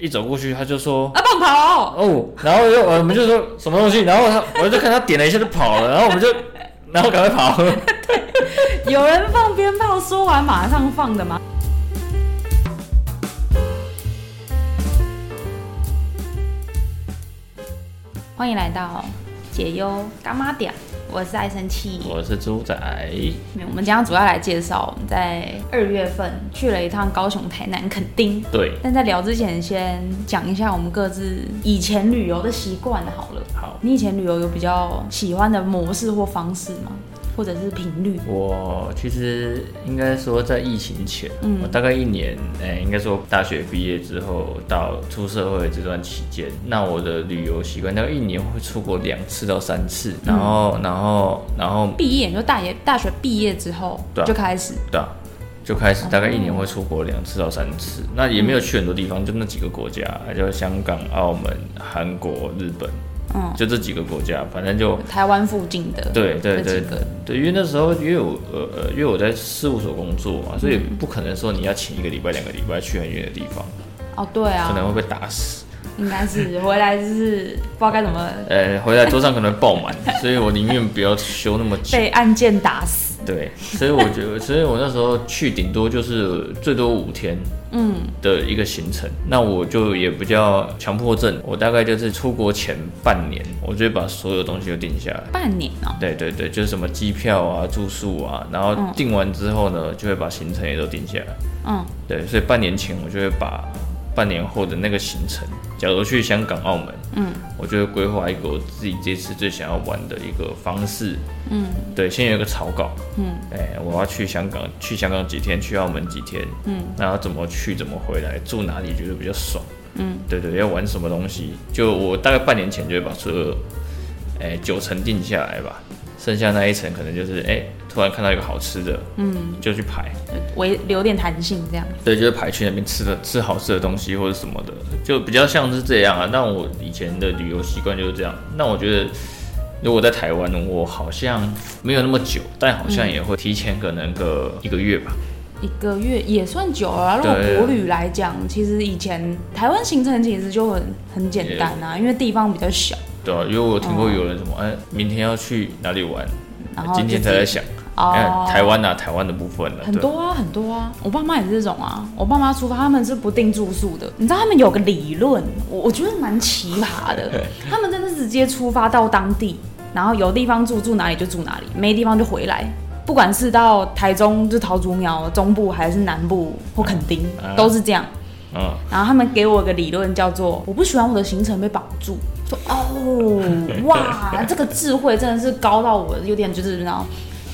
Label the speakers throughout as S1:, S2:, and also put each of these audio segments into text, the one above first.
S1: 一走过去，他就说
S2: 啊，棒跑！
S1: 哦，然后就我们就说什么东西，然后他我就看他点了一下就跑了，然后我们就然后赶快跑。
S2: 有人放鞭炮，说完马上放的吗？欢迎来到解忧干妈点，我是爱生气。
S1: 我是猪仔，
S2: 我们今天主要来介绍我们在二月份去了一趟高雄、台南、垦丁。
S1: 对，
S2: 但在聊之前，先讲一下我们各自以前旅游的习惯好了。
S1: 好，
S2: 你以前旅游有比较喜欢的模式或方式吗？或者是频率？
S1: 我其实应该说在疫情前，
S2: 嗯
S1: 我大概一年，哎、应该说大学毕业之后到出社会这段期间，那我的旅游习惯大概一年会出国两次到三次，然后然后然后
S2: 毕业就大学大学毕业之后
S1: 对啊
S2: 就开始，
S1: 对啊，就开始大概一年会出国两次到三次，
S2: 嗯
S1: 那也没有去很多地方，就那几个国家，就香港、澳门、韩国、日本，
S2: 嗯，
S1: 就这几个国家，反正就
S2: 台湾附近的，
S1: 对对
S2: 这
S1: 对
S2: 几个
S1: 对对，因为那时候因为我呃呃，因为我在事务所工作
S2: 嗯
S1: 嘛，所以不可能说你要请一个礼拜、两个礼拜去很远的地方，
S2: 哦，对
S1: 可
S2: 啊，
S1: 能会被打死，
S2: 应该是回来就是不知道该怎么
S1: 呃，回来桌上可能爆满，所以我宁愿不要休那么久。
S2: 被案件打死。
S1: 对，所以我觉得， 所以我那时候去顶多就是最多五天，
S2: 嗯，
S1: 的一个行程。那我就也比较强迫症，我大概就是出国前半年，我就会把所有东西都定下来。
S2: 半年哦、
S1: 对对对，就是什么机票啊、住宿啊，然后定完之后呢，就会把行程也都定下来。
S2: 嗯，
S1: 对，所以半年前我就会把半年后的那个行程，假如去香港、澳门，
S2: 嗯，
S1: 我就会规划一个我自己这次最想要玩的一个方式，嗯，对，先有一个草稿，嗯，哎、我要去香港，去香港几天，去澳门几天，嗯，然后怎么去，怎么回来，住哪里觉得比较爽，嗯，对对，要玩什么东西，就我大概半年前就会把所有，哎、九成定下来吧。剩下那一层可能就是，哎、突然看到一个好吃的，嗯，就去排，
S2: 维留点弹性这样。
S1: 对，就是排去那边吃的吃好吃的东西或者什么的，就比较像是这样啊。但我以前的旅游习惯就是这样。那我觉得，如果在台湾，我好像没有那么久，但好像也会提前可能个一个月吧。
S2: 一个月也算久了啊。如果
S1: 对
S2: 国旅来讲，其实以前台湾行程其实就很很简单啊，因为地方比较小，
S1: 对啊，因为我听过有人什么，哎、明天要去哪里玩，
S2: 然后
S1: 今天
S2: 哦就
S1: 才
S2: 自己
S1: 在想，哎
S2: 哦，
S1: 台湾啊，台湾的部分了、啊，
S2: 很多啊，很多啊！我爸妈也是这种啊。我爸妈出发，他们是不定住宿的。你知道他们有个理论，我我觉得蛮奇葩的。他们真的是直接出发到当地，然后有地方住，住哪里就住哪里，没地方就回来。不管是到台中就桃竹苗中部，还是南部或垦丁，
S1: 啊
S2: 都是这样。
S1: 对，嗯，
S2: 然后他们给我一个理论叫做“我不喜欢我的行程被绑住”，说哦哇，这个智慧真的是高到我有点就是然后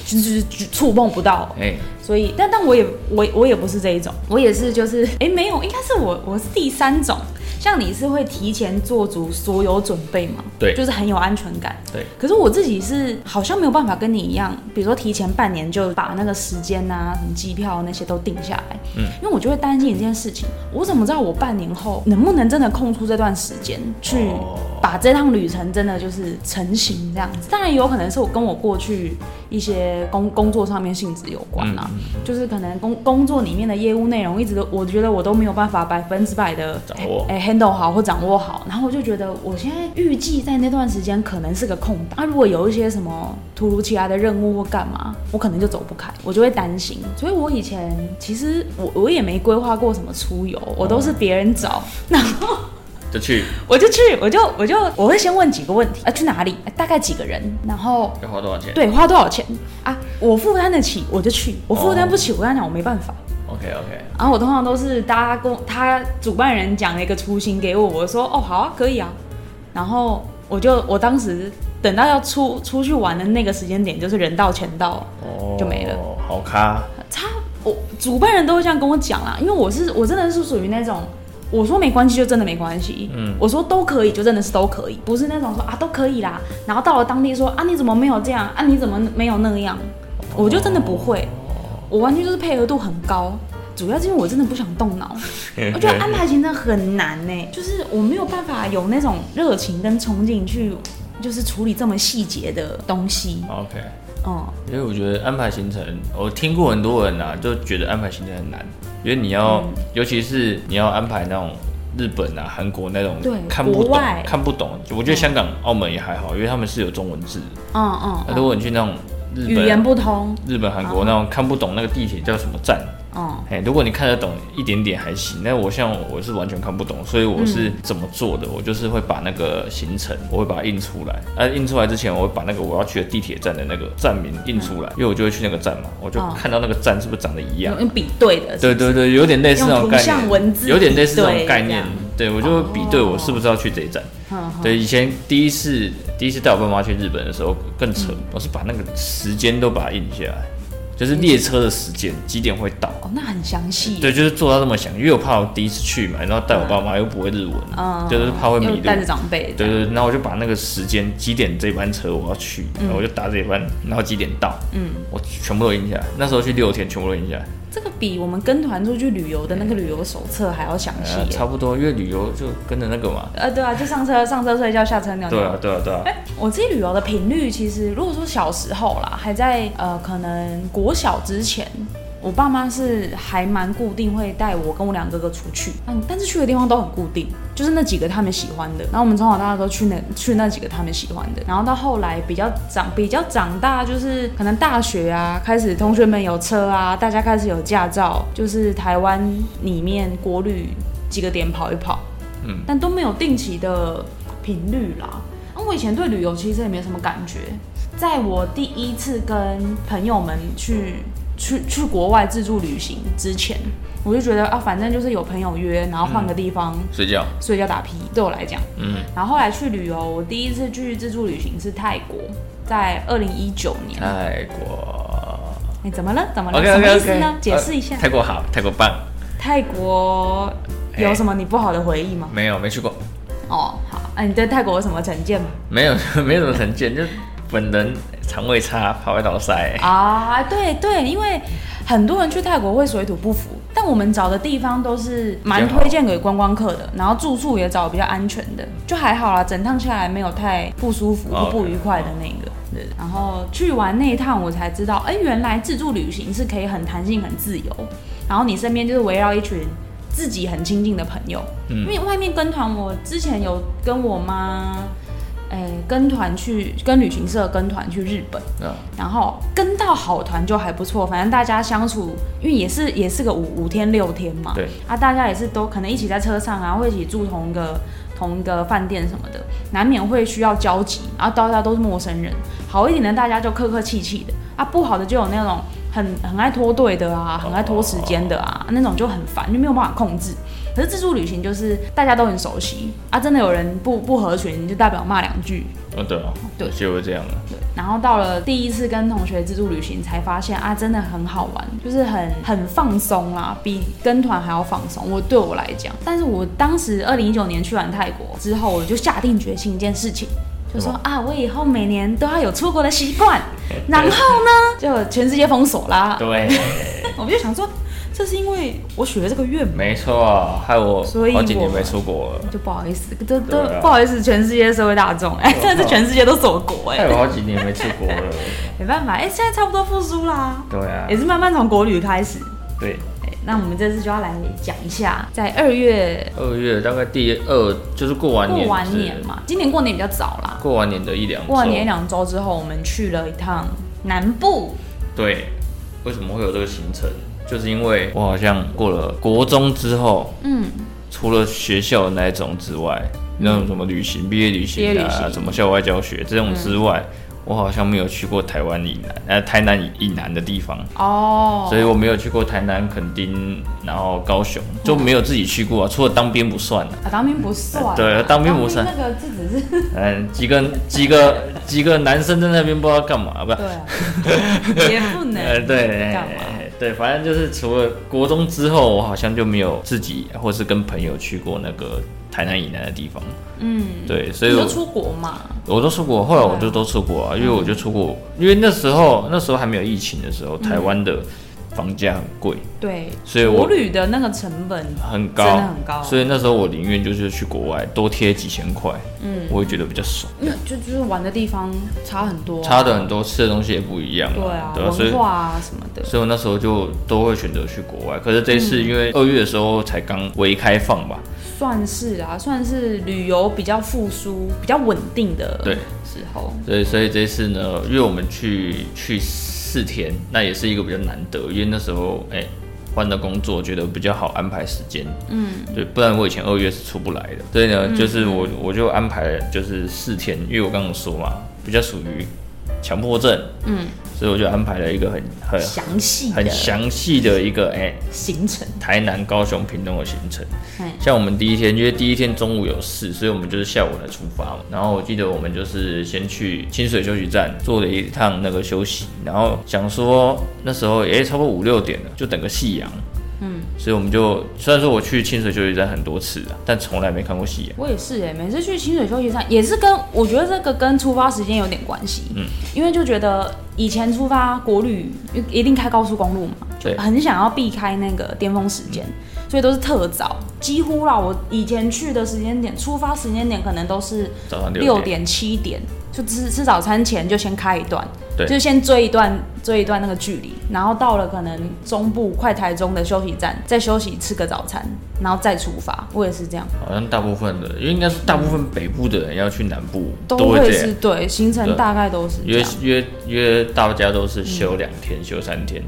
S2: 就是就是触碰不到。
S1: 哎、
S2: 所以，但但我也我我也不是这一种，我也是就是哎、诶没有，应该是我我是第三种。像你是会提前做足所有准备嘛？
S1: 对
S2: 就是很有安全感。
S1: 对。
S2: 可是我自己是好像没有办法跟你一样，比如说提前半年就把那个时间啊、什么机票那些都定下来。
S1: 嗯。
S2: 因为我就会担心一件事情，我怎么知道我半年后能不能真的空出这段时间去
S1: 哦
S2: 把这趟旅程真的就是成型这样子。当然也有可能是我跟我过去一些工工作上面性质有关
S1: 嗯
S2: 啊，就是可能工工作里面的业务内容一直都我觉得我都没有办法百分之百的
S1: 掌握
S2: 哎、handle 好或掌握好，然后我就觉得我现在预计在那段时间可能是个空档，啊，如果有一些什么突如其来的任务或干嘛，我可能就走不开，我就会担心。所以我以前其实我我也没规划过什么出游，我都
S1: 哦
S2: 是别人找，然后。
S1: 就去
S2: 我就去，我就我就我会先问几个问题啊，去哪里、啊大概几个人，然后
S1: 要花多少钱
S2: 对花多少钱啊，我负担得起我就去，我负担不起，我跟他讲我没办法。
S1: ？OK OK，
S2: 然后我通常都是大家跟我他主办人讲了一个雏形给我，我说哦好啊可以啊，然后我就我当时等到要出出去玩的那个时间点，就是人到钱到，
S1: 哦
S2: 就没了，
S1: 好咖，
S2: 差我主办人都会这样跟我讲啊啦，因为我是我真的是属于那种。我说没关系就真的没关系，
S1: 嗯
S2: 我说都可以就真的是都可以，不是那种说啊都可以啦，然后到了当地说啊你怎么没有这样啊你怎么没有那样，我就真的不会，我完全就是配合度很高，主要是因为我真的不想动脑， 我觉得安排行程很难呢、就是我没有办法有那种热情跟冲劲去，就是处理这么细节的东西，
S1: OK。
S2: 嗯，
S1: 因为我觉得安排行程，我听过很多人啊，就觉得安排行程很难，因为你要，尤其是你要安排那种日本啊、韩国那种
S2: 对
S1: 看不
S2: 国
S1: 懂
S2: 外、
S1: 看不懂。我觉得香港、澳门也还好，因为他们是有中文字。
S2: 嗯嗯
S1: 那、
S2: 嗯，
S1: 如果你去那种呃日
S2: 语
S1: 本、
S2: 言不通，
S1: 日本、韩国那种看不懂那个地铁叫什么站，
S2: 嗯
S1: 哎、如果你看得懂一点点还行，那我像我是完全看不懂，所以我
S2: 嗯
S1: 是怎么做的？我就是会把那个行程，我会把它印出来。啊，印出来之前，我会把那个我要去的地铁站的那个站名印出来，因为我就会去那个站嘛，我就
S2: 嗯哦
S1: 看到那个站是不是长得一样。
S2: 用比对的，
S1: 对对对，有点类似那种
S2: 用
S1: 概
S2: 图
S1: 念，
S2: 像文字
S1: 有点类似那
S2: 比
S1: 种
S2: 对
S1: 概念
S2: 这样。哦
S1: 对，我就会比对我是不是要去这一站。
S2: 嗯嗯
S1: 对，以前第一次第一次带我爸妈去日本的时候更扯，
S2: 嗯
S1: 我是把那个时间都把它印下来，就是列车的时间几点会到。
S2: 哦，那很详细，
S1: 对，就是做到这么详，因为我怕我第一次去嘛，然后带我爸妈又不会日文，
S2: 嗯，
S1: 就是怕会迷
S2: 又
S1: 路。
S2: 带着长辈，
S1: 对对，对然后我就把那个时间几点这班车我要去，
S2: 嗯
S1: 然后我就打这班，然后几点到，嗯，我全部都印下来。那时候去六天，全部都印下来，
S2: 这个比我们跟团出去旅游的那个旅游手册还要详细
S1: 呃
S2: 耶。
S1: 差不多，因为旅游就跟着那个嘛。
S2: 呃，对啊，就上车上车睡觉，下车尿
S1: 对
S2: 尿。
S1: 啊，对啊，对啊，
S2: 我自己旅游的频率，其实如果说小时候啦，还在呃可能国小之前，我爸妈是还蛮固定会带我跟我两哥哥出去，嗯，但是去的地方都很固定，就是那几个他们喜欢的。然后我们从小到大都去那去那几个他们喜欢的。然后到后来比较长比较长大，就是可能大学啊，开始同学们有车啊，大家开始有驾照，就是台湾里面国旅几个点跑一跑，
S1: 嗯，
S2: 但都没有定期的频率啦。那我以前对旅游其实也没什么感觉，在我第一次跟朋友们去去去国外自助旅行之前，我就觉得啊，反正就是有朋友约，然后换个地方、
S1: 睡觉，
S2: 睡觉打屁，对我来讲。
S1: 嗯，
S2: 然后后来去旅游，我第一次去自助旅行是泰国，在二零一九年。哎、
S1: 泰国。
S2: 怎么了？怎么了
S1: OK
S2: 什
S1: OK
S2: 么
S1: OK，呃
S2: 意思呢？解释一下。
S1: 泰哎国好，泰国棒。
S2: 泰国有什么你不好的回忆吗？
S1: 没有，没去过，
S2: 哦，好，哎、你对泰国有什么成见吗？
S1: 没有， 没什么成见，就本人肠胃差，跑外倒塞。
S2: 啊，对对，因为很多人去泰国会水土不服，但我们找的地方都是蛮推荐给观光客的，然后住宿也找比较安全的，就还好啦。整趟下来没有太不舒服
S1: 哦
S2: 或不愉快的那个。对然后去完那一趟，我才知道，哎，原来自助旅行是可以很弹性、很自由，然后你身边就是围绕一群自己很亲近的朋友。因为外面跟团，我之前有跟我妈，哎，跟团去跟旅行社跟团去日本。
S1: 嗯，
S2: 然后跟到好团就还不错，反正大家相处，因为也是也是个五五天六天嘛，
S1: 对，
S2: 啊，大家也是都可能一起在车上啊，会一起住同一个同一个饭店什么的，难免会需要交集，然后大家都是陌生人，好一点的大家就客客气气的，啊，不好的就有那种很很爱拖队的啊，很爱拖时间的啊，那种就很烦，就没有办法控制。可是自助旅行就是大家都很熟悉啊，真的有人不不合群，就代表骂两句，
S1: 哦对哦，
S2: 对
S1: 就是这样了。
S2: 对，然后到了第一次跟同学自助旅行，才发现啊，真的很好玩，就是很很放松啦，比跟团还要放松。我对我来讲，但是我当时二零一九年去完泰国之后，我就下定决心一件事情，就
S1: 什
S2: 说
S1: 么
S2: 啊，我以后每年都要有出国的习惯。然后呢，就全世界封锁啦。
S1: 对，
S2: 我就想说，这是因为我许了这个愿嘛，
S1: 没错，害我
S2: 所以
S1: 好几年
S2: 我
S1: 没出国了，
S2: 就不好意思，这都、
S1: 对啊
S2: 不好意思，全世界社会大众，哎、真的是全世界都锁国哎、
S1: 害我好几年没出国 了。
S2: 没办法，哎、现在差不多复苏啦。
S1: 对啊
S2: 也，是慢慢从国旅开始。
S1: 对，
S2: 对那我们这次就要来讲一下，在二月
S1: 二月大概第二就是过完年，
S2: 过完年，嘛，今年过年比较早啦，
S1: 过完年的一两周，
S2: 过完年一两周之后，我们去了一趟南部。
S1: 对，为什么会有这个行程？就是因为我好像过了国中之后，
S2: 嗯，
S1: 除了学校的那一种之外，那种什么旅行、毕业旅行
S2: 毕业旅
S1: 啊，
S2: 行嗯
S1: 什么校外教学这种之外，我好像没有去过台湾以南，呃，台南以以南的地方，
S2: 哦，
S1: 所以我没有去过台南、垦丁，然后高雄，
S2: 嗯
S1: 就没有自己去过、啊，除了当兵不 算啊。
S2: 啊，当兵不算啊，
S1: 对当兵不算
S2: 当兵那个这 只是
S1: 嗯，几个几个几个男生在那边不知道干嘛，不
S2: 对啊，也不
S1: 呃，
S2: 能
S1: 对，
S2: 干嘛？
S1: 对，反正就是除了国中之后，我好像就没有自己或是跟朋友去过那个台南以南的地方。
S2: 嗯，
S1: 对，所以
S2: 你
S1: 我
S2: 就出嗯国嘛，
S1: 我都出国，后来我就都出国啊，因为我就出国，因为那时候那时候还没有疫情的时
S2: 嗯
S1: 候，台湾的房价很贵，
S2: 对，
S1: 所以
S2: 国
S1: 我
S2: 旅的那个成本，
S1: 很高，
S2: 真的很高
S1: 所以那时候我宁愿就是去国外多贴几千块，
S2: 嗯，
S1: 我会觉得比较爽，
S2: 嗯就就是玩的地方差很多啊，
S1: 差的很多，吃的东西也不一样
S2: 对啊，
S1: 对啊，所以
S2: 文化啊什么的，
S1: 所以我那时
S2: 嗯
S1: 候就都会选择去国外。可是这一次因为二月的时候才刚微开放吧，
S2: 算是啦、算是旅游比较复苏、比较稳定的
S1: 对
S2: 时候。
S1: 对，所以这次呢，因为我们去去四天，那也是一个比较难得，因为那时候哎换了工作，觉得比较好安排时间。嗯，对，不然我以前二月是出不来的。所以呢，就是我我就安排了就是四天，因为我刚刚说嘛，比较属于强迫症。嗯，所以我就安排了一个很很
S2: 详细
S1: 很
S2: 的
S1: 详细的一个哎、
S2: 行程，
S1: 台南、高雄、屏东的行程。
S2: 哎，
S1: 像我们第一天，因为第一天中午有事，所以我们就是下午才出发嘛。然后我记得我们就是先去清水休息站做了一趟那个休息，然后想说那时候也、差不多五六点了，就等个夕阳。嗯，所以我们就虽然说我去清水休息站很多次啊，但从来没看过夕阳。
S2: 我也是哎、每次去清水休息站也是跟我觉得这个跟出发时间有点关系，嗯，因为就觉得以前出发国旅一定开高速公路嘛，就
S1: 对嗯
S2: 很想要避开那个巅峰时间，所以都是特早，几乎啦，我以前去的时间点，出发时间点可能都是
S1: 早上
S2: 六
S1: 六点，
S2: 点七点，就吃吃早餐前就先开一段，
S1: 对
S2: 就先追一段追一段那个距离，然后到了可能中部快台中的休息站再休息吃个早餐，然后再出发，我也是这样。
S1: 好像大部分的，因为应该是大部分北部的人要去南部
S2: 都
S1: 会
S2: 会
S1: 这样
S2: 是。对行程
S1: 对
S2: 大概都是这
S1: 约
S2: 样，
S1: 约约，大家都是休两天、休三天，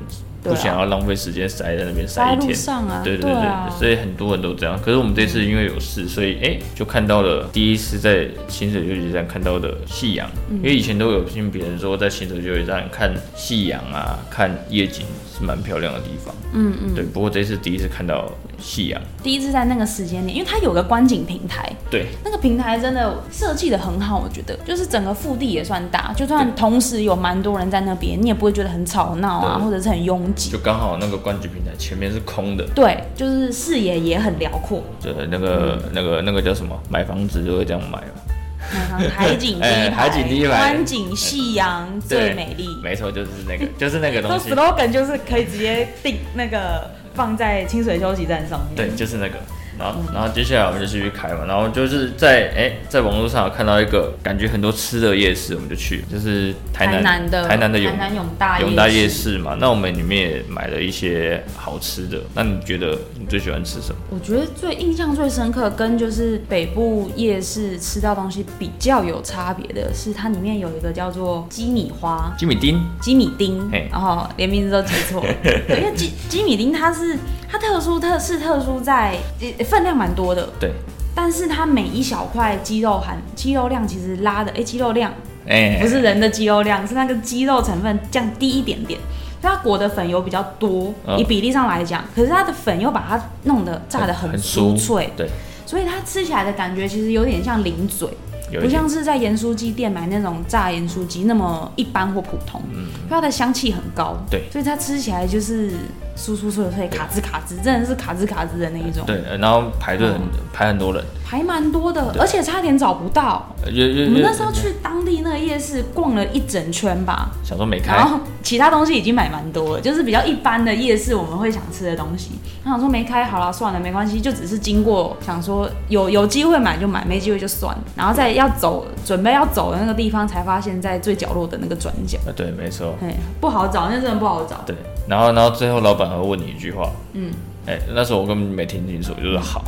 S2: 对啊
S1: 不想要浪费时间塞在那边塞
S2: 在
S1: 一
S2: 路
S1: 天。
S2: 上啊，
S1: 对对
S2: 对
S1: 对，
S2: 啊，嗯
S1: 所以很多人都这样。可是我们这次因为有事，所以哎、就看到了第一次在清水休息站看到的夕阳。
S2: 嗯
S1: 因为以前都有听别人说，在清水休息站看夕阳啊，看夜景是蛮漂亮的地方。嗯嗯，对。不过这次第一次看到夕阳，
S2: 第一次在那个时间点，因为它有个观景平台，
S1: 对
S2: 那个平台真的设计的很好，我觉得就是整个腹地也算大，就算同时有蛮多人在那边，你也不会觉得很吵闹啊，
S1: 对
S2: 或者是很拥挤
S1: 就。刚好那个观景平台前面是空的，
S2: 对，就是视野也很辽阔，
S1: 对，那个、
S2: 嗯
S1: 那个那个叫什么？买房子就会这样买哦嘛。
S2: 那像 海景第一排，
S1: 哎海景第一排
S2: 观景夕阳最
S1: 对
S2: 美丽。
S1: 没错，就是那个， 就是那个
S2: 这
S1: 东西。
S2: slogan 就是可以直接定那个放在清水休息站上面。
S1: 对，就是那个。然后，然后接下来我们就继续开嘛。然后就是在哎、在网络上有看到一个感觉很多吃的夜市，我们就去，就是台南
S2: 南的
S1: 台南的永
S2: 台南永大
S1: 永大夜
S2: 市。
S1: 市嘛。那我们里面也买了一些好吃的。那你觉得你最喜欢吃什么？
S2: 我觉得最印象最深刻，跟就是北部夜市吃到东西比较有差别的是，它里面有一个叫做鸡米花、
S1: 鸡米丁，
S2: 鸡米丁
S1: 嘿，
S2: 然后连名字都记 错，对，因为鸡鸡米丁它是它特殊特是特殊在呃分量蛮多的，
S1: 对，
S2: 但是它每一小块鸡肉含肌肉量其实拉的，哎、肌肉量
S1: 哎、
S2: 不是人的肌肉量，是那个肌肉成分降低一点点。所以它裹的粉油比较多，
S1: 嗯
S2: 以比例上来讲，可是它的粉又把它弄得炸得很
S1: 很酥
S2: 酥脆，
S1: 对，
S2: 所以它吃起来的感觉其实有点像零嘴，
S1: 有
S2: 不
S1: 一点
S2: 像是在盐酥鸡店买那种炸盐酥鸡那么一般或普通，所以它的香气很高，
S1: 嗯对
S2: 所以它吃起来就是酥酥脆脆、卡吱卡吱，真的是卡吱卡吱的那一种，哦
S1: 对，呃然后排队很、排很多人，
S2: 还蛮多的，而且差点找不到。
S1: 呃就
S2: 我
S1: 就
S2: 们
S1: 就
S2: 那时候去当地那个夜市逛了一整圈吧，
S1: 想说没开
S2: 然，后其他东西已经买蛮多了，就是比较一般的夜市我们会想吃的东西。他想说没开好了，算了，没关系，就只是经过，想说有有机会买就买，没机会就算了。然后在要走准备要走的那个地方，才发现在最角落的那个转角，
S1: 呃对，没错，
S2: 哎，不好找，那真的不好找。
S1: 对，然后然后最后老板还会问你一句话，嗯，哎、那时候我根本没听清楚，就是 好，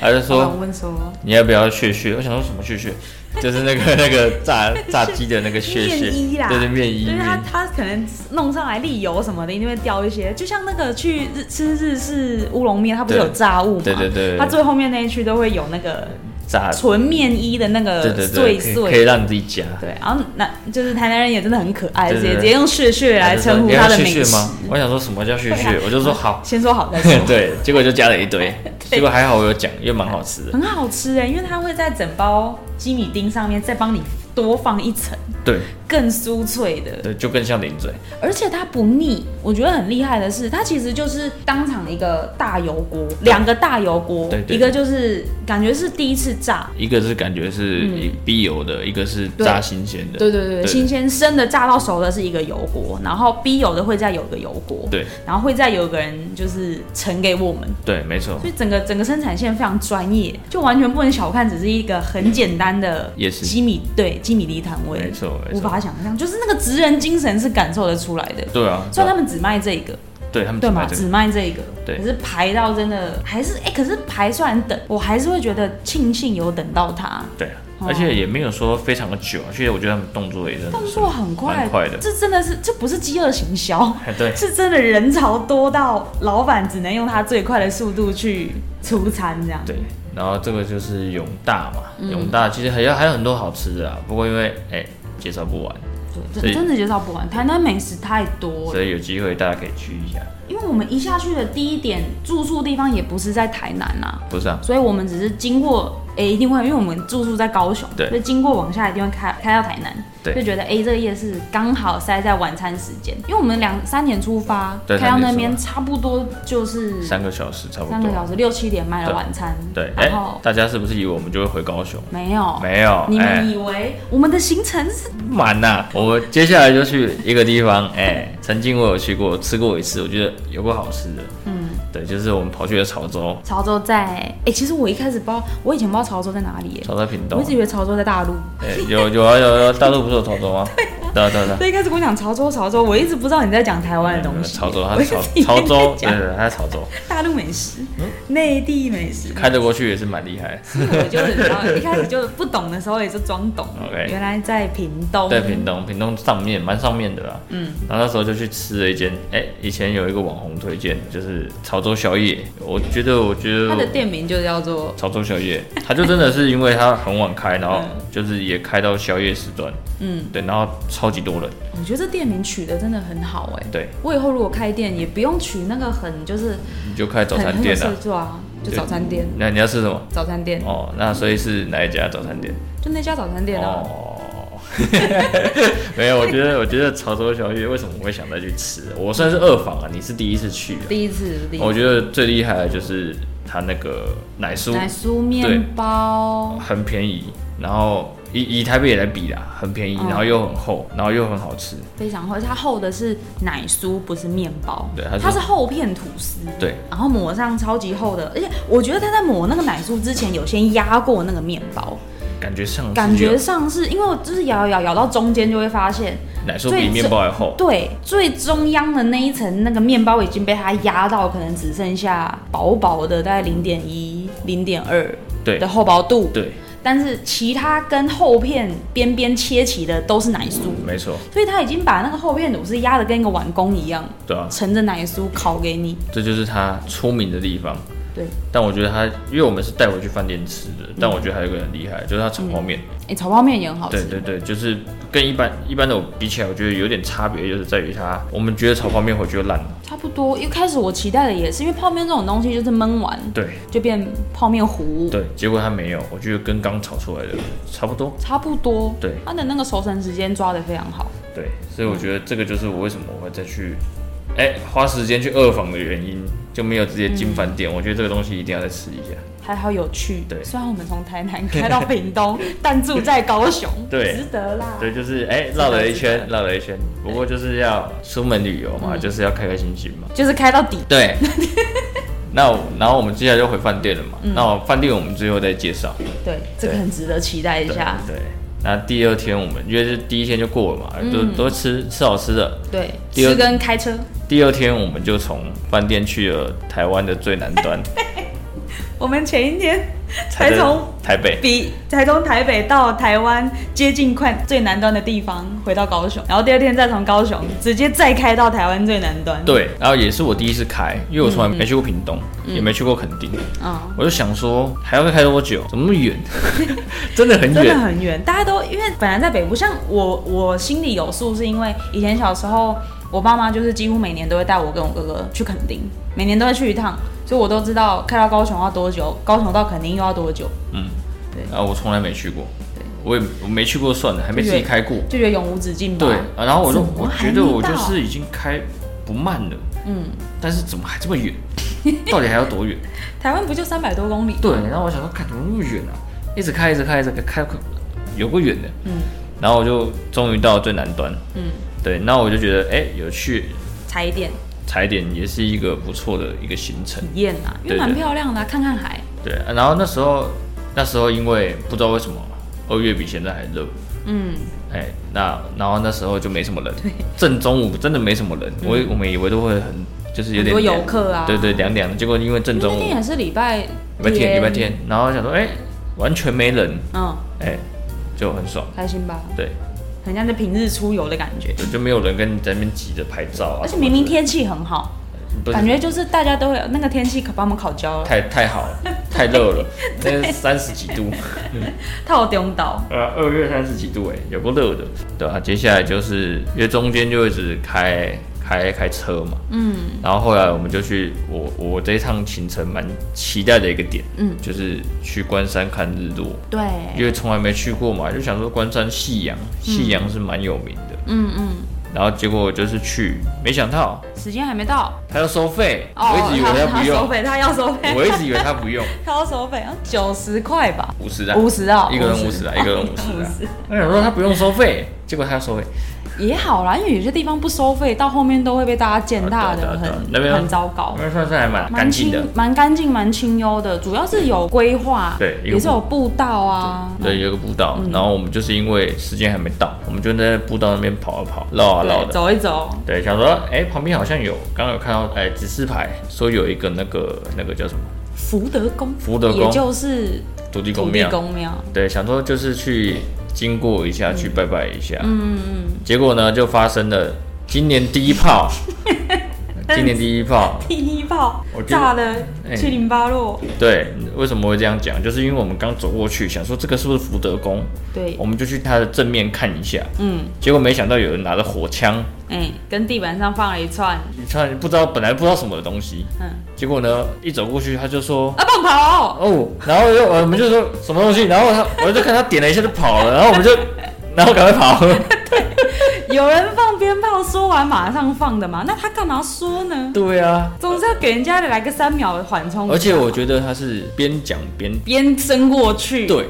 S1: 他就
S2: 老
S1: 说
S2: 板问说，
S1: 你要不要血血？我想说什么血血？就是那个那个炸炸鸡的那个血血，
S2: 面衣啦
S1: 对对面衣
S2: 因为他
S1: 面
S2: 他可能弄上来沥油什么的，一定会掉一些，就像那个去日吃日式乌龙面，它不是
S1: 对
S2: 有炸物吗？
S1: 对对对对
S2: 它最后面那一区都会有那个
S1: 炸，
S2: 纯面衣的那
S1: 对
S2: 个
S1: 对
S2: 碎
S1: 对，
S2: 碎
S1: 可以可以让你自己夹。
S2: 对，然后那就是台南人也真的很可爱，
S1: 对
S2: 直
S1: 对
S2: 接
S1: 对
S2: 直接用“血血”来称呼
S1: 他
S2: 他
S1: 就说
S2: 的
S1: 你要
S2: 美
S1: 血血
S2: 食。，
S1: 吗？我想说什么叫血血，我就说好
S2: 啊先说 好再说，
S1: 对，结果就加了一堆，结果还好我有讲，因为蛮好吃的。
S2: 很好吃哎，因为它会在整包鸡米丁上面再帮你多放一层
S1: 对
S2: 更酥脆的，
S1: 对，就更像零嘴，
S2: 而且它不腻。我觉得很厉害的是，它其实就是当场一个大油锅，两个大油锅
S1: 对，对对
S2: 一个就是感觉是第一次炸。
S1: 一个是感觉是必油的，一个是
S2: 嗯对
S1: 炸新鲜的。
S2: 对对对，
S1: 对
S2: 新鲜生的炸到熟的是一个油锅，然后逼有的会再有一个油锅，
S1: 对
S2: 然后会再有一个人就是盛给我们，
S1: 对，没错。
S2: 所以整个整个生产线非常专业，就完全不能小看，只是一个很简单的
S1: 夜市
S2: 基米对基米利摊位
S1: 嗯没，错，没
S2: 无
S1: 错。
S2: 法想象，就是那个职人精神是感受得出来的。
S1: 对啊，
S2: 虽
S1: 对啊
S2: 然他们只卖这个，
S1: 对他们
S2: 对
S1: 只
S2: 嘛，
S1: 卖这
S2: 只
S1: 个，
S2: 卖这一个，
S1: 对
S2: 可是排到真的还是哎、可是排虽然等，我还是会觉得庆幸有等到它，
S1: 对啊，
S2: 哦
S1: 而且也没有说非常的久啊，其实我觉得他们动作也真的
S2: 动作很快，
S1: 蛮快的
S2: 这真的是这不是饥饿行销，
S1: 哎对，
S2: 是真的人潮多到老板只能用他最快的速度去出餐这样。
S1: 对，然后这个就是永大嘛，
S2: 嗯
S1: 永大其实还有还有很多好吃的啦，不过因为哎、介绍不完，
S2: 对，
S1: 所
S2: 真
S1: 以
S2: 真的介绍不完，台南美食太多了。
S1: 所以有机会大家可以去一下。
S2: 因为我们一下去的第一点住宿地方也不是在台南啊，
S1: 不是啊，
S2: 所以我们只是经过，哎、一定会，因为我们住宿在高雄，
S1: 对
S2: 所以经过往下一定会开开到台南，
S1: 对
S2: 就觉得哎、诶这个夜市刚好塞在晚餐时间，因为我们两三点出发，
S1: 对
S2: 开到那
S1: 三
S2: 边
S1: 点
S2: 差不多就是
S1: 三个小时差不
S2: 三个
S1: 多。
S2: 小时，六七点卖了
S1: 对
S2: 晚餐，
S1: 对，哎、
S2: 然后、
S1: 大家是不是以为我们就会回高雄？
S2: 没有，
S1: 没有，
S2: 你
S1: 哎
S2: 们以为我们的行程是
S1: 不满呐、我们接下来就去一个地方，哎、曾经我有去过，吃过一次，我觉得有个好吃的。嗯，对，就是我们跑去了潮州，
S2: 潮州在，哎、其实我一开始不知道，我以前不知道潮州在哪里、耶
S1: 潮州屏
S2: 我
S1: 东
S2: 一直。以为潮州在大陆。
S1: 哎、有有啊有啊有啊，大陆不是有潮州 吗？对啊对啊对啊。
S2: 对，一开始跟我讲潮州，潮州，我一直不知道你在讲台湾的东
S1: 嗯
S2: 西。
S1: 潮州，它是潮
S2: 我一直以为
S1: 潮
S2: 你在
S1: 州，对
S2: 讲
S1: 对，对它是潮州，
S2: 大陆美食、内地美食。
S1: 开得过去也是蛮厉害的。
S2: 我就是你知道，一开始就不懂的时候也就装懂。
S1: 嗯 OK
S2: 原来在屏东。
S1: 在屏东，屏东上面蛮上面的啦。嗯，然后那时候就去吃了一间，哎、以前有一个网红推荐，就是潮州宵夜。我觉得，我觉
S2: 它的
S1: 得
S2: 店名就叫做
S1: 潮州宵夜，它就真的是因为它很晚开，然后
S2: 嗯
S1: 就是也开到宵夜时段。嗯，对，然后超级多人，
S2: 我觉得这店名取得真的很好哎、
S1: 对，
S2: 我以后如果开店，也不用取那个很就是
S1: 你就开早
S2: 很
S1: 餐
S2: 很有
S1: 店啦
S2: 色。素啊，就
S1: 对
S2: 早餐店，
S1: 那你要吃什么？
S2: 早餐店
S1: 哦，那所以是哪一家早餐店？
S2: 就那家早餐店啊。
S1: 哦， 没有，我觉 得我觉得潮州小夜为什么我会想再去吃？我算是二访啊，你是第一次去啊。
S2: 第一次，第一
S1: 我
S2: 次。
S1: 觉得最厉害的就是它那个奶酥
S2: 奶酥面包，
S1: 很便宜，然后以以台北也来比啦，很便宜，
S2: 嗯
S1: 然后又很厚，然后又很好吃。
S2: 非常厚，而且它厚的是奶酥，不是面包。
S1: 对它是
S2: 它是厚片吐司。
S1: 对，
S2: 然后抹上超级厚的，而且我觉得他在抹那个奶酥之前有先压过那个面包，
S1: 感觉上是
S2: 感觉
S1: 有
S2: 上是因为我就是咬咬咬咬到中间就会发现，
S1: 奶酥比面包还厚。
S2: 对，最中央的那一层那个面包已经被它压到，可能只剩下薄薄的大概零点一、零点二
S1: 对
S2: 的厚薄度，
S1: 对，
S2: 但是其他跟厚片边边切齐的都是奶酥，
S1: 没错，
S2: 所以它已经把那个厚片吐司压的跟一个碗工一样，
S1: 对啊，
S2: 盛着奶酥烤给你，
S1: 这就是它出名的地方。
S2: 对，
S1: 但我觉得它，因为我们是带回去饭店吃的，但我觉得还有一个很厉害，就是它炒泡面。
S2: 哎、炒泡面也很好
S1: 对
S2: 吃，
S1: 对对，就是跟一般一般的我比起来，我觉得有点差别，就是在于它，我们觉得炒泡面回去就烂了，
S2: 差不多，一开始我期待的也是，因为泡面这种东西就是焖完
S1: 对
S2: 就变泡面糊，
S1: 对，结果它没有，我觉得跟刚炒出来的差不多，
S2: 差不多。
S1: 对
S2: 它的那个熟成时间抓得非常好。
S1: 对，所以我觉得这个就是我为什么我会再去，哎、花时间去二访的原因，就没有直接
S2: 嗯
S1: 进饭店，我觉得这个东西一定要再吃一下，
S2: 还好有趣，
S1: 对
S2: 虽然我们从台南开到屏东，但住在高雄，
S1: 对
S2: 值得啦。
S1: 对，就是哎绕、了一圈，绕了一圈，不过就是要出门旅游
S2: 嗯
S1: 嘛，就是要开开心心嘛。
S2: 就是开到底，
S1: 对。 那我然后我们接下来就回饭店了嘛，
S2: 嗯
S1: 那我饭店我们最后再介绍。
S2: 对，这个
S1: 对
S2: 很值得期待一
S1: 对
S2: 下。
S1: 对，那第二天我们因为是第一天就过了嘛，
S2: 嗯
S1: 都都吃吃好吃的。
S2: 对，
S1: 第二
S2: 吃跟开车，
S1: 第二天我们就从饭店去了台湾的最南端，
S2: 我们前一天
S1: 才
S2: 才
S1: 在
S2: 从
S1: 台北。
S2: 比才从台北到台湾接近快最南端的地方回到高雄，然后第二天再从高雄直接再开到台湾最南端。，
S1: 对，然后也是我第一次开，因为我从来没去过屏东，也没去过垦丁，
S2: 嗯，
S1: 我就想说还要再开多久？怎么那么远？ 真的很
S2: 真的
S1: 远。
S2: 很远，大家都因为本来在北部，像我，我心里有数，是因为以前小时候，我爸妈就是几乎每年都会带我跟我哥哥去垦丁，每年都会去一趟，所以我都知道开到高雄要多久，高雄到垦丁又要多久，
S1: 啊，我从来没去过
S2: 对，
S1: 我也我没去过算了，还没自己开过。
S2: 就觉得永无止境吧。
S1: 对，啊然后我就
S2: 怎么
S1: 我
S2: 还
S1: 觉得
S2: 没
S1: 我就
S2: 到
S1: 是已经开不慢了，
S2: 嗯，
S1: 但是怎么还这么远？到底还要多远？
S2: 台湾不就三百多公里？
S1: 对，然后我想说，看怎么那么远啊？一直开，一直开，一直开，开有个远的。
S2: 嗯。
S1: 然后我就终于到最南端。
S2: 嗯，
S1: 对，那我就觉得，哎、有去
S2: 踩一点
S1: 踩点也是一个不错的一个行程
S2: 体。验啊，因
S1: 对
S2: 为
S1: 对
S2: 蛮漂亮的啊、看看海。
S1: 对，啊然后那时候那时候因为不知道为什么二月比现在还热。
S2: 嗯，
S1: 哎、那然后那时候就没什么人，正中午真的没什么人，我我们以为都会很就是有
S2: 嗯很
S1: 点
S2: 多游
S1: 凉
S2: 客啊。
S1: 对对凉凉的。结果因为正
S2: 因为
S1: 中
S2: 那
S1: 午
S2: 天也是礼拜
S1: 礼拜天礼拜，天，然后想说哎、完全没人，
S2: 嗯，
S1: 哎、就很爽，
S2: 开心吧？
S1: 对，
S2: 很像在平日出游的感觉，
S1: 就就没有人跟你在那边急着拍照啊。
S2: 而且明明天气很好，
S1: 不是
S2: 感觉就是大家都有那个天气可把我们烤焦了，
S1: 太太好了，太热 了，那三十几度，
S2: 套中岛。
S1: 呃，二月三十几度哎、有够热的，对啊，接下来就是因为中间就一直开开开车嘛，
S2: 嗯
S1: 然后后来我们就去我我这一趟行程蛮期待的一个点，
S2: 嗯，
S1: 就是去关山看日落，
S2: 对，
S1: 因为从来没去过嘛，就想说关山夕阳，夕阳是蛮有名的，
S2: 嗯嗯，
S1: 然后结果我就是去，没想到
S2: 时间还没到
S1: 他要收费，我一直以为
S2: 哦他
S1: 他不
S2: 收
S1: 用，
S2: 费，他要 收费，
S1: 我一直以为他不用，
S2: 他要收费，啊九十块吧，
S1: 五十啊，
S2: 五十啊，
S1: 一个人五十啊，一个人五十啊。我想说他不用收费，结果他要收费，
S2: 也好啦，因为有些地方不收费，到后面都会被大家践踏
S1: 啊对啊
S2: 的
S1: 对啊对
S2: 很
S1: 啊那边
S2: 很糟糕。
S1: 那算是还蛮干
S2: 蛮
S1: 净
S2: 清
S1: 的。，
S2: 蛮干净，蛮清幽的，主要是有规划，
S1: 对一个
S2: 也是有步道啊，
S1: 对，有一个步道，然后我们就是因为时间还没到，我们就在步道那边跑啊跑，绕啊绕
S2: 对，
S1: 的。
S2: 走一走，
S1: 对，想说，哎，旁边好像有，刚刚有看到，哎，指示牌说有一个那个那个叫什么
S2: 福德宫，
S1: 福德宫
S2: 也就是
S1: 土地公
S2: 土地
S1: 庙，
S2: 公庙，
S1: 对，想说就是去经过一下，去拜拜一下。嗯嗯。结果呢，就发生了今年第一 炮，今年第一炮，
S2: 第一炮
S1: 我觉得
S2: 炸的
S1: 哎
S2: 七零八落，
S1: 对，为什么会这样讲？就是因为我们刚走过去，想说这个是不是福德宫，
S2: 对
S1: 我，们就去它的正面看一下。
S2: 嗯，
S1: 结果没想到有人拿着火枪，
S2: 哎，跟地板上放了一串，
S1: 你看不知道本来不知道什么的东西，
S2: 嗯，
S1: 结果呢一走过去他就说
S2: 啊棒跑，
S1: 哦，然后又我们就说什么东西，然后他 我就看他点了一下就跑了，然后我们就 然后赶快跑，
S2: 有人放鞭炮，说完马上放的嘛，那他干嘛说呢？
S1: 对啊，
S2: 总是要给人家来个三秒的缓冲，
S1: 而且我觉得他是边讲边
S2: 边伸过去，
S1: 对，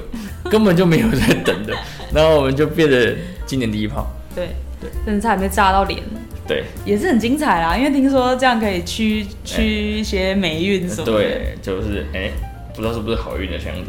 S1: 根本就没有在等的，然后我们就变得今年第一炮，
S2: 对
S1: 对，
S2: 甚至还没炸到脸。
S1: 对
S2: 也是很精彩啦，因为听说这样可以驱驱一些霉运什么的，，
S1: 哎对，就是哎、不知道是不是好运的象征。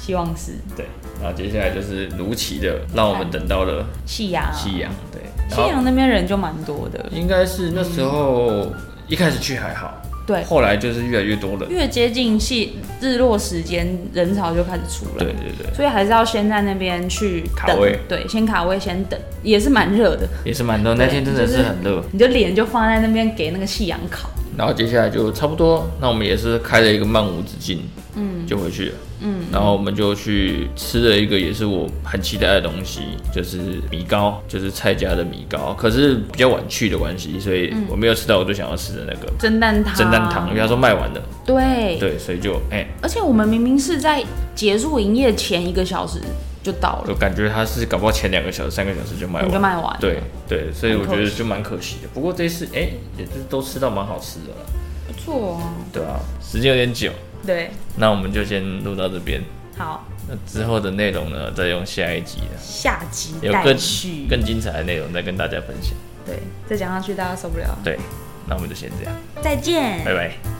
S2: 希望是
S1: 对，然后接下来就是如期的让我们等到了
S2: 夕阳啊，
S1: 夕阳，对，然
S2: 夕
S1: 后
S2: 阳那边人就蛮多的，
S1: 应该是那时候一开始去还好，
S2: 对，
S1: 后来就是越来越多人，
S2: 越接近夕日落时间，人潮就开始出来
S1: 对，对对，
S2: 所以还是要先在那边去等
S1: 卡位，
S2: 对，先卡位先等，也是蛮热的，
S1: 也是蛮多，那天真的是很热。
S2: 你就脸就放在那边给那个夕阳烤，
S1: 然后接下来就差不多，那我们也是开了一个漫无止境，嗯，就回去了，嗯，然后我们就去吃了一个也是我很期待的东西，就是米糕，就是蔡家的米糕，可是比较晚去的关系，所以我没有吃到我最想要吃的那个
S2: 蒸蛋汤，
S1: 蒸蛋汤，因为他说卖完了，
S2: 对，
S1: 啊对，所以就哎、
S2: 而且我们明明是在结束营业前一个小时就到了，
S1: 我感觉他是搞不好前两个小时、三个小时就卖
S2: 我们就
S1: 完。
S2: 卖完，
S1: 对对，所以我
S2: 啊很可
S1: 觉得就蛮可惜的。不过这一次，哎、也是都吃到蛮好吃的了，
S2: 不错啊，
S1: 对啊，时间有点久，
S2: 对，
S1: 那我们就先录到这边。
S2: 好。
S1: 那之后的内容呢，再用下一集了
S2: 下集
S1: 有
S2: 待
S1: 更
S2: 续。
S1: 更精彩的内容再跟大家分享。
S2: 对，再讲下去大家受不了。
S1: 对，那我们就先这样，
S2: 再见，
S1: 拜拜。